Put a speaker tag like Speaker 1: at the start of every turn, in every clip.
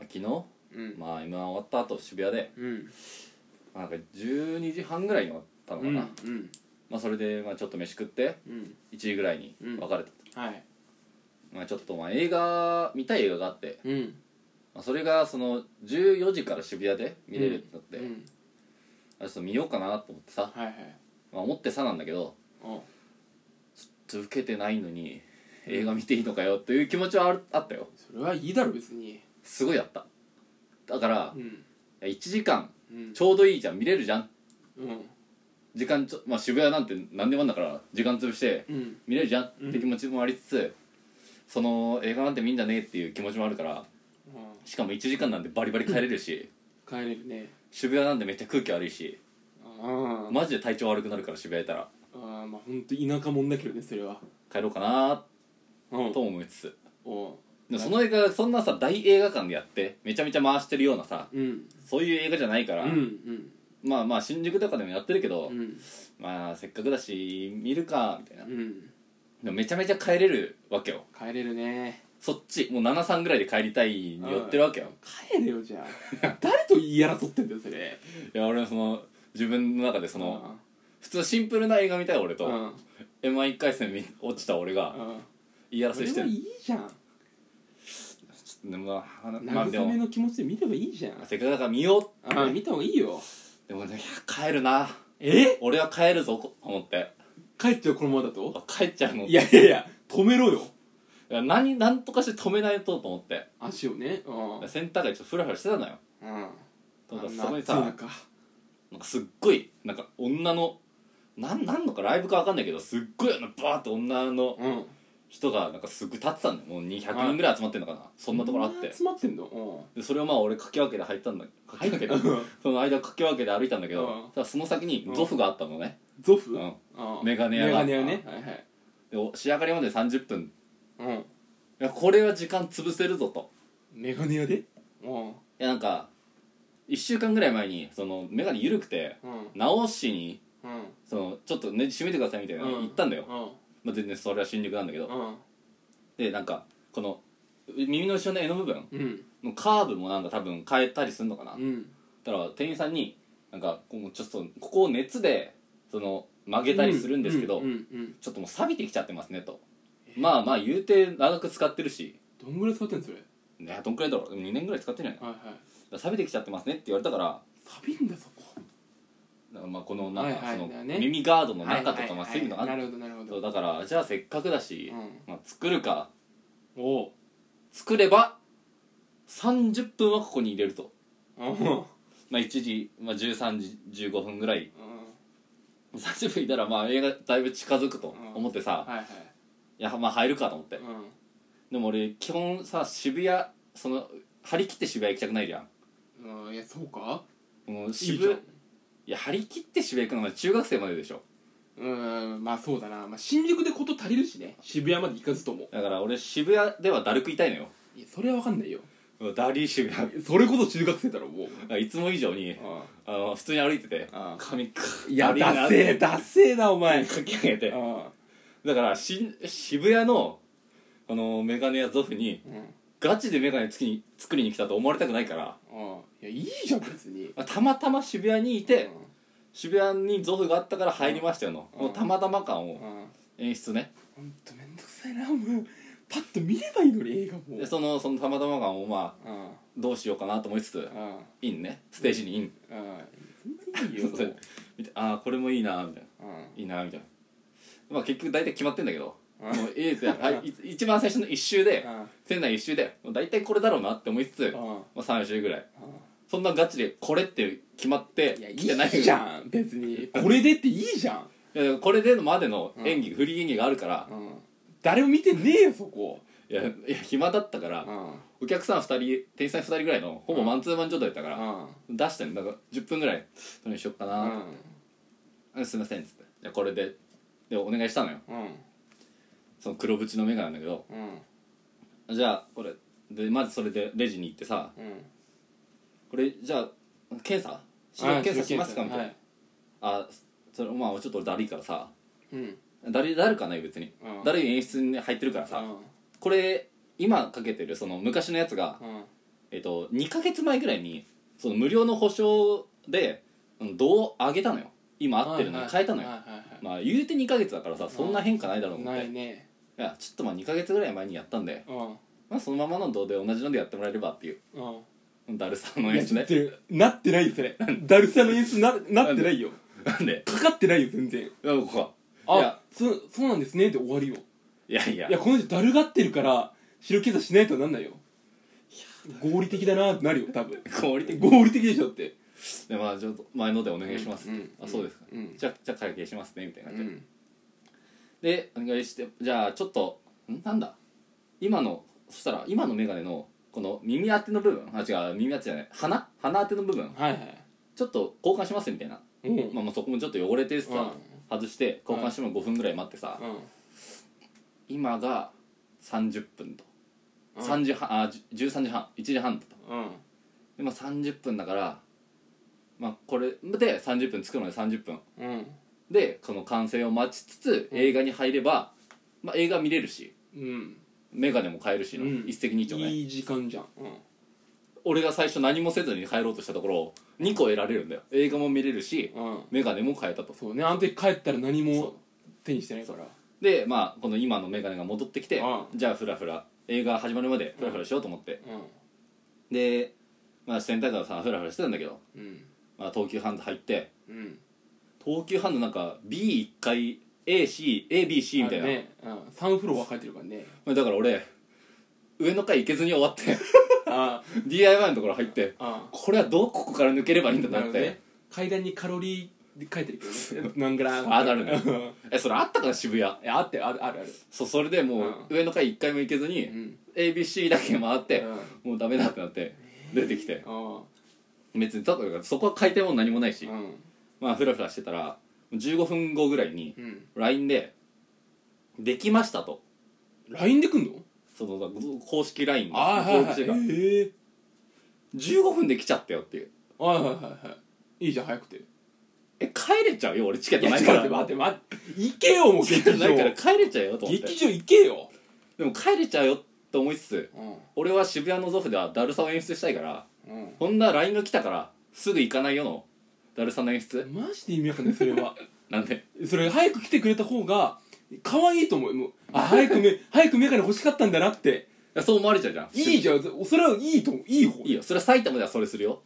Speaker 1: 昨日
Speaker 2: うん
Speaker 1: まあ今終わった後渋谷で
Speaker 2: うん
Speaker 1: まあなんか12時半ぐらいに終わったの
Speaker 2: う
Speaker 1: か
Speaker 2: ん
Speaker 1: な、
Speaker 2: うん
Speaker 1: まあそれでまあちょっと飯食って
Speaker 2: うん
Speaker 1: 1時ぐらいに別れたと、
Speaker 2: はい
Speaker 1: まあちょっとまあ映画見たい映画があって、
Speaker 2: うん
Speaker 1: まあ、それがその14時から渋谷で見れるってなって、
Speaker 2: うん
Speaker 1: あちょっと見ようかなと思ってさ、
Speaker 2: はいはい
Speaker 1: まあ、思ってさなんだけど
Speaker 2: お
Speaker 1: 続けてないのに映画見ていいのかよという気持ちはあるあったよ
Speaker 2: それはいいだろ別に
Speaker 1: すごいあっただから
Speaker 2: うん
Speaker 1: いや1時間
Speaker 2: うん
Speaker 1: ちょうどいいじゃん見れるじゃん
Speaker 2: うん
Speaker 1: 時間ちょ、まあ、渋谷なんて何でもあんだから時間潰して
Speaker 2: うん
Speaker 1: 見れるじゃんって気持ちもありつつ、その映画なんて見んじゃねえっていう気持ちもあるから
Speaker 2: うん
Speaker 1: しかも1時間なんでバリバリ帰れるし
Speaker 2: 帰れるね
Speaker 1: 渋谷なんでめっちゃ空気悪いし
Speaker 2: あ
Speaker 1: マジで体調悪くなるから渋谷いたら
Speaker 2: あーまあ本当田舎もんだけどねそれは
Speaker 1: 帰ろうかな
Speaker 2: うん
Speaker 1: と思いつつ
Speaker 2: お
Speaker 1: でもその映画そんなさ大映画館でやってめちゃめちゃ回してるようなさ
Speaker 2: うん
Speaker 1: そういう映画じゃないか
Speaker 2: う
Speaker 1: ら、
Speaker 2: んうん
Speaker 1: まあまあ新宿とかでもやってるけど、
Speaker 2: うん
Speaker 1: まあせっかくだし見るかみたいな
Speaker 2: うん
Speaker 1: でもめちゃめちゃ帰れるわけよ
Speaker 2: 帰れるね
Speaker 1: そっちもう73ぐらいで帰りたいに寄ってるわけよ
Speaker 2: 帰れよじゃ あ誰と言い争ってんだよそれ
Speaker 1: いや俺はその自分の中でそ
Speaker 2: そ
Speaker 1: の、普通シンプルな映画見たい俺
Speaker 2: う
Speaker 1: と、
Speaker 2: んうん
Speaker 1: m 1回戦見落ちた俺が言い争い
Speaker 2: それ
Speaker 1: して
Speaker 2: は
Speaker 1: る
Speaker 2: いいじゃん
Speaker 1: でもまあまあで
Speaker 2: 慰め
Speaker 1: も
Speaker 2: の気持ちで見ればいいじゃん
Speaker 1: せっかくだから見よう
Speaker 2: ああ見た方がいいよ
Speaker 1: でもねいや帰るな
Speaker 2: え
Speaker 1: 俺は帰るぞと思って
Speaker 2: 帰っちゃうこのままだと
Speaker 1: 帰っちゃうの
Speaker 2: いやいやいや止めろよ
Speaker 1: いや何何とかして止めないとと思って
Speaker 2: 足をねうん
Speaker 1: センター街ちょっとフラフラしてたのよ
Speaker 2: うん
Speaker 1: だから
Speaker 2: あん
Speaker 1: そ
Speaker 2: な
Speaker 1: こに
Speaker 2: 暑い
Speaker 1: さなんか
Speaker 2: 中
Speaker 1: すっごいなんか女のなんなんのかライブか分かんないけどすっごいあのバーって女の
Speaker 2: うん
Speaker 1: 人がなんかすっごい立ってたんだよもう200人ぐらい集まってんのかなそんなところあって
Speaker 2: 詰まってんのうん
Speaker 1: でそれをまあ俺かき分けで入ったんだかき分けで
Speaker 2: うん
Speaker 1: その間かき分けで歩いたんだけど
Speaker 2: うん
Speaker 1: ただその先にゾフがあったのね、
Speaker 2: ゾ
Speaker 1: う
Speaker 2: フ
Speaker 1: ん
Speaker 2: うん
Speaker 1: メガネ屋
Speaker 2: メ
Speaker 1: が
Speaker 2: ガネ屋ねはいはい
Speaker 1: でお仕上がりまで30分
Speaker 2: うん
Speaker 1: いやこれは時間潰せるぞと
Speaker 2: メガネ屋でうん
Speaker 1: いやなんか1週間ぐらい前にそのメガネ緩くて
Speaker 2: うん
Speaker 1: 直しに
Speaker 2: うん
Speaker 1: そのちょっとね閉めてくださいみたいなの言ったんだよ、まあ、全然それは新宿なんだけど、
Speaker 2: うんうん
Speaker 1: でなんかこの耳の後ろの柄の部分
Speaker 2: うん
Speaker 1: のカーブもなんか多分変えたりするのかな、
Speaker 2: うん
Speaker 1: だから店員さんになんかこうちょっとここを熱でその曲げたりするんですけど、
Speaker 2: うんうんうん
Speaker 1: ちょっともう錆びてきちゃってますねと、まあまあ言うて長く使ってるし
Speaker 2: どんぐらい使ってんのそれ
Speaker 1: ねどんくらいだろうでも2年ぐらい使ってるんじゃない
Speaker 2: はい
Speaker 1: だ
Speaker 2: はい
Speaker 1: から錆びてきちゃってますねって言われたから
Speaker 2: 錆びんだそこ
Speaker 1: だからまあこのなん
Speaker 2: はい
Speaker 1: か
Speaker 2: はい
Speaker 1: その
Speaker 2: だね
Speaker 1: 耳ガードの中とかまあ
Speaker 2: はい
Speaker 1: 水分
Speaker 2: はい
Speaker 1: の
Speaker 2: はい
Speaker 1: あ
Speaker 2: な
Speaker 1: る
Speaker 2: るほどなるほ
Speaker 1: そう
Speaker 2: ど
Speaker 1: だからじゃあせっかくだし、
Speaker 2: うん
Speaker 1: まあ、作るか
Speaker 2: おお
Speaker 1: 作れば30分はここに入れると、
Speaker 2: うん
Speaker 1: まあ、1時、まあ、13時15分ぐらい
Speaker 2: うん
Speaker 1: 30分いたらまあ映画だいぶ近づくと思ってさ、
Speaker 2: はいはい
Speaker 1: いやまあ入るかと思って
Speaker 2: うん
Speaker 1: でも俺基本さ渋谷その張り切って渋谷行きたくないじゃん
Speaker 2: うんいやそうか
Speaker 1: もう
Speaker 2: いい
Speaker 1: 渋
Speaker 2: じゃん
Speaker 1: いや張り切って渋谷行くのは中学生まででしょ
Speaker 2: うんまあそうだな、まあ、新宿でこと足りるしね渋谷まで行かずとも
Speaker 1: だから俺渋谷ではだるくいたいのよ
Speaker 2: いやそれは分かんないよ
Speaker 1: うわダリー渋谷
Speaker 2: それこそ中学生だろもう
Speaker 1: なんかいつも以上に
Speaker 2: あ
Speaker 1: あの普通に歩いてて
Speaker 2: あ
Speaker 1: 髪か
Speaker 2: いや
Speaker 1: ダリー
Speaker 2: ダ
Speaker 1: な
Speaker 2: セえダセえなお前
Speaker 1: かき上げて
Speaker 2: あ
Speaker 1: だからし渋谷のあのメガネやゾフに
Speaker 2: うんうん
Speaker 1: ガチでメガネつきに作りに来たと思われたくないから
Speaker 2: いやいいじゃん別に
Speaker 1: まあたまたま渋谷にいて渋谷にゾフがあったから入りましたよの
Speaker 2: うん
Speaker 1: もうたまたま感
Speaker 2: うん
Speaker 1: を
Speaker 2: うん
Speaker 1: 演出ね
Speaker 2: ほんとめんどくさいなお前パッと見ればいいのに映画もう
Speaker 1: でそのそのたまたま感をまあ
Speaker 2: うん
Speaker 1: どうしようかなと思いつつ
Speaker 2: うん
Speaker 1: インねステージにイン
Speaker 2: うんいいよ
Speaker 1: そうそう見てああこれもいいなみたいな
Speaker 2: うん
Speaker 1: いいなみたいなまあ結局大体決まってんだけど
Speaker 2: うん
Speaker 1: もうええってはいい一番最初の一周で
Speaker 2: うん
Speaker 1: 店内一周でもう大体これだろうなって思いつつ
Speaker 2: う
Speaker 1: ま
Speaker 2: ん
Speaker 1: あ3周ぐらい
Speaker 2: うん
Speaker 1: そんなガチでこれって決まって
Speaker 2: いやい
Speaker 1: 来てない
Speaker 2: いじゃん別にこれでっていいじゃん、
Speaker 1: いやこれでのまでの演技、フリー演技があるから
Speaker 2: うん、誰も見てねえよそこ、
Speaker 1: いやいや暇だったから、
Speaker 2: うん
Speaker 1: お客さん2人店員さん2人ぐらいのほぼマンツーマン状態だったから、出してんだから10分ぐらいどれにしよっか
Speaker 2: う
Speaker 1: な、
Speaker 2: ん
Speaker 1: うん、すいませんっつってじゃあこれででお願いしたのよ
Speaker 2: うん
Speaker 1: その黒縁の眼鏡なんだけど
Speaker 2: うん
Speaker 1: じゃあこれでまずそれでレジに行ってさ
Speaker 2: うん
Speaker 1: これじゃあ検査視力検査しますかみたいな、
Speaker 2: はい
Speaker 1: あそれまあちょっと俺だるいからさ
Speaker 2: うん
Speaker 1: だるいだるかない別に、
Speaker 2: うん
Speaker 1: だるい演出に入ってるからさ、
Speaker 2: うん
Speaker 1: これ今かけてるその昔のやつが
Speaker 2: うん
Speaker 1: えっと2ヶ月前ぐらいにその無料の保証でうん度を上げたのよ今合ってるのに変えたのよ、
Speaker 2: はいはいはい
Speaker 1: まあ言うて2ヶ月だからさそんな変化ないだろうと思っ
Speaker 2: な
Speaker 1: て
Speaker 2: いね
Speaker 1: いやちょっとまあ2ヶ月ぐらい前にやったんで、
Speaker 2: うん
Speaker 1: まあ、そのままの度で同じのでやってもらえればっていう
Speaker 2: うん
Speaker 1: だるさの演出ね
Speaker 2: いやだってなってないよそれだるさの演出ななってないよ
Speaker 1: なんで
Speaker 2: かかってないよ全然
Speaker 1: いや僕はい
Speaker 2: あそそうなんですねで終わりよ
Speaker 1: やいや
Speaker 2: いやこの人だるがってるから白計算しないとはなんないよ合理的だなってなるよ多分
Speaker 1: 合理的
Speaker 2: 合理的でしょって
Speaker 1: でまあちょっと前のでお願いします、
Speaker 2: うんうん
Speaker 1: あそうですか、
Speaker 2: うん
Speaker 1: じゃあじゃあ会計しますねみたいな
Speaker 2: う
Speaker 1: 感じで、で
Speaker 2: ん
Speaker 1: お願いしてじゃあちょっとんなんだ今のそしたら今の眼鏡のこの耳当ての部分あ違う耳当てじゃない鼻鼻当ての部分
Speaker 2: はいはい
Speaker 1: ちょっと交換しますみたいな、
Speaker 2: うん
Speaker 1: まあ、まあそこもちょっと汚れてさ、
Speaker 2: うん
Speaker 1: 外して交換しても5分ぐらい待ってさ、
Speaker 2: う
Speaker 1: 今が30分と、
Speaker 2: うん
Speaker 1: 3時半あじゅ13時半1時半だと
Speaker 2: んうん
Speaker 1: でまあ30分だからまあこれで30分作るので30分
Speaker 2: うん
Speaker 1: でこの完成を待ちつつ映画に入れば、まあ、映画見れるし
Speaker 2: うん
Speaker 1: 眼鏡も買えるしの、
Speaker 2: うん
Speaker 1: 一石二鳥ね
Speaker 2: いい時間じゃんうん
Speaker 1: 俺が最初何もせずに帰ろうとしたところ2個得られるんだよ映画も見れるし
Speaker 2: うん
Speaker 1: 眼鏡も変えたと
Speaker 2: そうねあの時帰ったら何
Speaker 1: そう
Speaker 2: も手にしてないから
Speaker 1: でまあこの今の眼鏡が戻ってきて
Speaker 2: ああ
Speaker 1: じゃあフラフラ映画始まるまでフラフラしようと思って、
Speaker 2: う
Speaker 1: で、まあ、センターからさフラフラしてたんだけど、
Speaker 2: んうん
Speaker 1: まあ、東急ハンズ入って
Speaker 2: うん
Speaker 1: 東急ハンズなんか B1 回 ACABC みたいな、
Speaker 2: あれねうん3フロア分かれてるからね
Speaker 1: まあだから俺上の階行けずに終わって
Speaker 2: あ
Speaker 1: DIY のところ入って
Speaker 2: ああ
Speaker 1: これはどこから抜ければいいんだ
Speaker 2: な
Speaker 1: なっ
Speaker 2: るほ
Speaker 1: て、
Speaker 2: どね階段にカロリーで書いてるけどね 何グラム
Speaker 1: ああなるね
Speaker 2: うん
Speaker 1: えそれあったかな渋谷
Speaker 2: いやあってあるあるある
Speaker 1: そうそれでもう上の階1回も行けずに、
Speaker 2: うん
Speaker 1: ABC だけ回って
Speaker 2: う、ん
Speaker 1: もうダメだってなって出てきて
Speaker 2: あ
Speaker 1: 別にただそこは買いたいもん何もないし、
Speaker 2: うん
Speaker 1: まあフラフラしてたら15分後ぐらいに
Speaker 2: うん、
Speaker 1: LINE で「できました」と
Speaker 2: LINE で来んの
Speaker 1: その公式 LINE が
Speaker 2: ああはいは
Speaker 1: 登録して
Speaker 2: い
Speaker 1: るから
Speaker 2: へえ
Speaker 1: 15分で来ちゃったよっていう
Speaker 2: はいはいはいはいいいじゃん早くて
Speaker 1: え帰れちゃうよ俺チケッ
Speaker 2: い
Speaker 1: ト
Speaker 2: や
Speaker 1: ない
Speaker 2: ち
Speaker 1: か
Speaker 2: ょっ
Speaker 1: ら
Speaker 2: と待って待って行けよもう
Speaker 1: チ
Speaker 2: 劇
Speaker 1: ケットないから
Speaker 2: 場
Speaker 1: 帰れちゃうよと思って
Speaker 2: 劇場行けよ
Speaker 1: でも帰れちゃうよと思いつつ
Speaker 2: うん
Speaker 1: 俺は渋谷のゾフではだるさを演出したいから
Speaker 2: うん
Speaker 1: こんな LINE が来たからすぐ行かないよのだるさの演出
Speaker 2: マジで意味わかんないそれは
Speaker 1: なんで
Speaker 2: それ早く来てくれた方が可愛いと思うもうあ早くめ 早くメガネ欲しかったんだなって
Speaker 1: いやそう思われちゃうじゃん
Speaker 2: いいじゃんそれはいいと思ういい方
Speaker 1: いいよそれは埼玉ではそれするよ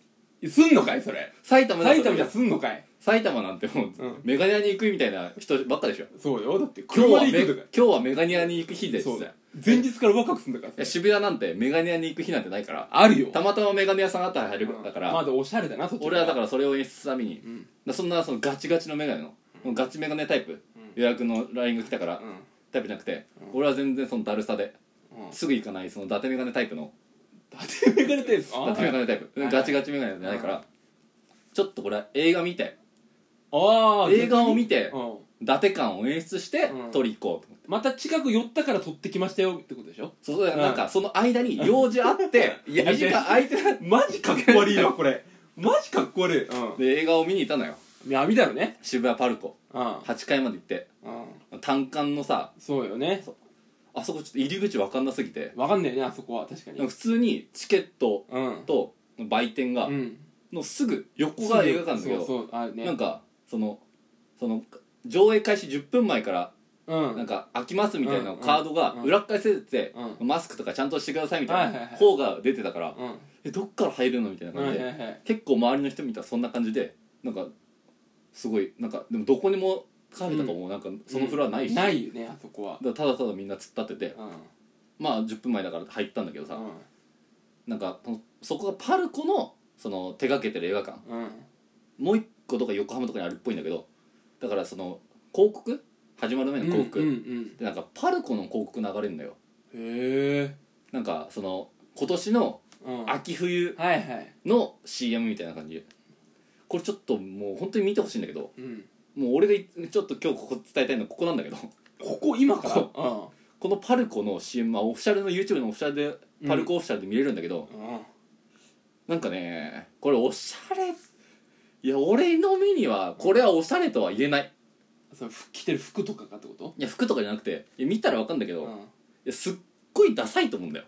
Speaker 2: すんのかいそれ
Speaker 1: 埼玉ではそ
Speaker 2: 埼
Speaker 1: れ
Speaker 2: 玉じゃすんのかい
Speaker 1: 埼玉なんてもう、
Speaker 2: うん
Speaker 1: メガニアに行くみたいな人ばっかでしょ
Speaker 2: そうよだって
Speaker 1: 今日
Speaker 2: 車
Speaker 1: は
Speaker 2: で
Speaker 1: め
Speaker 2: 行
Speaker 1: 今
Speaker 2: くとか
Speaker 1: 日はメガニアに行く日です
Speaker 2: そう
Speaker 1: い
Speaker 2: だ前日から若くすんだから
Speaker 1: や渋谷なんてメガニアに行く日なんてないから
Speaker 2: あるよ
Speaker 1: たまたまメガネ屋さんあったら入る
Speaker 2: うん
Speaker 1: だから、
Speaker 2: まだおしゃれだなそっち
Speaker 1: 俺はだかららそれを演出するために、
Speaker 2: ん
Speaker 1: だそんなそのガチガチのメガネのもうガチメガネタイプ、予約の LINE が来たから、
Speaker 2: うん
Speaker 1: タイプじゃなくて、俺は全然そのだるさで、
Speaker 2: うん
Speaker 1: すぐ行かないその伊達メガネタイプの
Speaker 2: だってメガネテープ
Speaker 1: 伊達メガネタイプ、
Speaker 2: はい
Speaker 1: ガチガチメガネじゃないから、ちょっとこれは映画見て
Speaker 2: ああ
Speaker 1: 映画を見て、
Speaker 2: うん
Speaker 1: 伊達感を演出して
Speaker 2: うん
Speaker 1: 撮り行こうと思って、
Speaker 2: また近く寄ったから取ってきましたよってことでしょ
Speaker 1: そうそう
Speaker 2: うん
Speaker 1: なんかその間に用事あって
Speaker 2: いや
Speaker 1: 2時間空いてな
Speaker 2: マジかっこ悪いわこれマジかっこ悪いうん
Speaker 1: で映画を見に行ったのよ
Speaker 2: いや網だろね
Speaker 1: 渋谷パルコ
Speaker 2: うん
Speaker 1: 8階まで行って
Speaker 2: うん
Speaker 1: 単館のさ
Speaker 2: そうよね
Speaker 1: あそこちょっと入り口分かんなすぎて
Speaker 2: わかんないよねあそこは確かに
Speaker 1: なんか普通にチケット
Speaker 2: うん
Speaker 1: と売店が
Speaker 2: うん
Speaker 1: のすぐ横が映画館だけ
Speaker 2: そ
Speaker 1: ど
Speaker 2: うそうあるね
Speaker 1: なんかそのその上映開始10分前から
Speaker 2: うん
Speaker 1: なんか開きますみたいな
Speaker 2: うん
Speaker 1: カードが
Speaker 2: うん
Speaker 1: 裏っ返せてて
Speaker 2: う
Speaker 1: マスクとかちゃんとしてくださいみたい
Speaker 2: はい
Speaker 1: な
Speaker 2: はいはい
Speaker 1: 方が出てたから
Speaker 2: うんは
Speaker 1: えどっから入るのみたいない
Speaker 2: は
Speaker 1: 感じ
Speaker 2: い
Speaker 1: で
Speaker 2: はい
Speaker 1: 結構周りの人見たらそんな感じでなんかすごいなんかでもどこにもカフェとかもなんかそのフロアないし、
Speaker 2: な
Speaker 1: だか
Speaker 2: いよねあそこは
Speaker 1: らただただみんな突っ立ってて
Speaker 2: うん
Speaker 1: まあ10分前だから入ったんだけどさ、
Speaker 2: うん
Speaker 1: なんかそのそこがパルコのその手がけてる映画館
Speaker 2: うん
Speaker 1: もう一個とか横浜とかにあるっぽいんだけどだからその広告始まる前の広告、
Speaker 2: うんうん
Speaker 1: でなんかパルコの広告流れるんだよ
Speaker 2: うんへえ
Speaker 1: なんかその今年の
Speaker 2: うんはい
Speaker 1: 秋冬
Speaker 2: はい
Speaker 1: の CM みたいな感じこれちょっともう本当に見てほしいんだけど
Speaker 2: うん
Speaker 1: もう俺がちょっと今日ここ伝えたいのはここなんだけど
Speaker 2: ここ今から
Speaker 1: こ
Speaker 2: うん
Speaker 1: このパルコの CM はオフィシャルの YouTube のオフィシャルでパルコオフィシャルで見れるんだけど、
Speaker 2: うん
Speaker 1: なんかねこれおしゃれいや俺の目にはこれはおしゃれとは言えない
Speaker 2: その服着てる服とかかってこと
Speaker 1: いや服とかじゃなくていや見たらわかんだけど、い
Speaker 2: うん
Speaker 1: やすっごいダサいと思うんだよ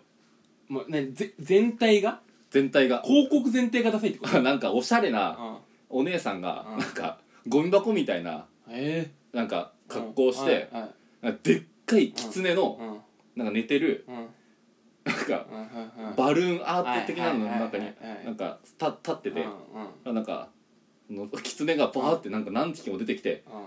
Speaker 2: もうねぜ全体が
Speaker 1: 全体が
Speaker 2: 広告全体がダサいってこと
Speaker 1: なんかおしゃれな
Speaker 2: あ
Speaker 1: お姉さんが
Speaker 2: うん
Speaker 1: なんかゴミ箱みたいな
Speaker 2: え
Speaker 1: なんか
Speaker 2: え
Speaker 1: 格好をして
Speaker 2: はいはい
Speaker 1: なんかでっかい狐の
Speaker 2: うん
Speaker 1: なんか寝てる
Speaker 2: うん
Speaker 1: なんか
Speaker 2: うんうんうん
Speaker 1: バルーンアート的なのの中に
Speaker 2: はいはいはいはい
Speaker 1: なんかた立ってて
Speaker 2: うんうん
Speaker 1: なんかの狐がバーってなんか何匹も出てきて
Speaker 2: うん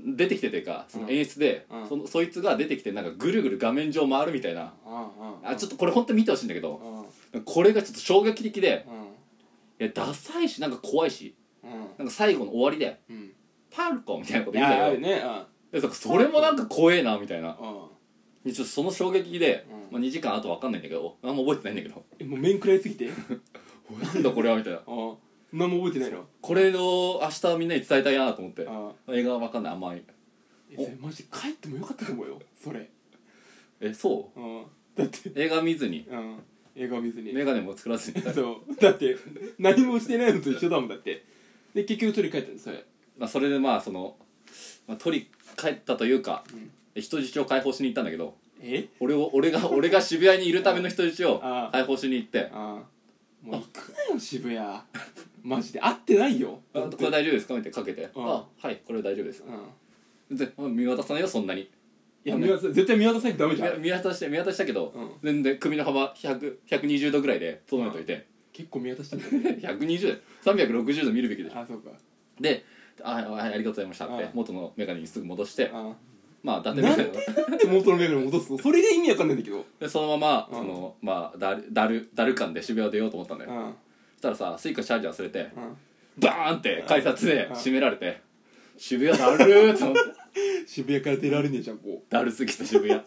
Speaker 1: 出てきてというかその
Speaker 2: うん
Speaker 1: 演出で
Speaker 2: うん
Speaker 1: そのそいつが出てきてなんかぐるぐる画面上回るみたいな
Speaker 2: うんうん
Speaker 1: あちょっとこれ本当に見てほしいんだけど
Speaker 2: うん
Speaker 1: これがちょっと衝撃的で
Speaker 2: うん
Speaker 1: いやダサいしなんか怖いし
Speaker 2: うん
Speaker 1: なんか最後の終わりで
Speaker 2: うん
Speaker 1: パルコみたいなこと
Speaker 2: い
Speaker 1: 言うん
Speaker 2: や
Speaker 1: だ
Speaker 2: ある
Speaker 1: けど
Speaker 2: ねうん
Speaker 1: でそそれもなんか怖えなみたいな
Speaker 2: うん
Speaker 1: でちょっとその衝撃で
Speaker 2: う、ん
Speaker 1: まあ、2時間あと分かんないんだけどあんま覚えてないんだけど
Speaker 2: えもう面食らいすぎて
Speaker 1: なんだこれはみたいな
Speaker 2: あ何も覚えてないの
Speaker 1: これを明日みんなに伝えたいなと思って
Speaker 2: あ
Speaker 1: 映画は分かんないあんまり
Speaker 2: えそれマジで帰ってもよかったと思うよそれ
Speaker 1: えそ
Speaker 2: うんだって
Speaker 1: う映画見ずに
Speaker 2: うん映画見ずに
Speaker 1: 眼鏡も作らずに
Speaker 2: そうだって何もしてないのと一緒だもんだってで結局取り替えたんですそれ
Speaker 1: まあそれでまあその、まあ、取り帰ったというか
Speaker 2: うん
Speaker 1: 人質を解放しに行ったんだけど
Speaker 2: え
Speaker 1: 俺を俺が 俺が渋谷にいるための人質を
Speaker 2: ああ
Speaker 1: 解放しに行って
Speaker 2: ああもう行くなよ渋谷マジで会ってないよ
Speaker 1: あこれ大丈夫ですか?」みたいなかけて「
Speaker 2: うん
Speaker 1: あはいこれ大丈夫です
Speaker 2: う」ん
Speaker 1: であ見渡さないよそんなに
Speaker 2: いや見渡さ絶対見渡さないとダメじゃん
Speaker 1: 見見渡して見渡したけど、
Speaker 2: うん
Speaker 1: 全然首の幅100 120度ぐらいで整えといて、
Speaker 2: 結構見渡したんだね
Speaker 1: 120360度見るべきでしょ
Speaker 2: あそうか
Speaker 1: で「ああありがとうございました」って、
Speaker 2: うん
Speaker 1: 元のメガネにすぐ戻して、
Speaker 2: あ
Speaker 1: まあ伊
Speaker 2: あ
Speaker 1: 達メ
Speaker 2: な
Speaker 1: ガ
Speaker 2: ん
Speaker 1: ネ
Speaker 2: でなんで元のメガネ戻すのそれが意味わかんないんだけど
Speaker 1: でそのまま、
Speaker 2: うん
Speaker 1: そのまあだるだるだる感で渋谷を出ようと思ったんだ
Speaker 2: う
Speaker 1: よ、
Speaker 2: ん
Speaker 1: そしたらさスイカチャージ忘れて
Speaker 2: うん
Speaker 1: バーンって改札で
Speaker 2: うん
Speaker 1: 閉められて、渋谷だるーと思って
Speaker 2: 渋谷から出られねえじゃんもう
Speaker 1: だるすぎた渋谷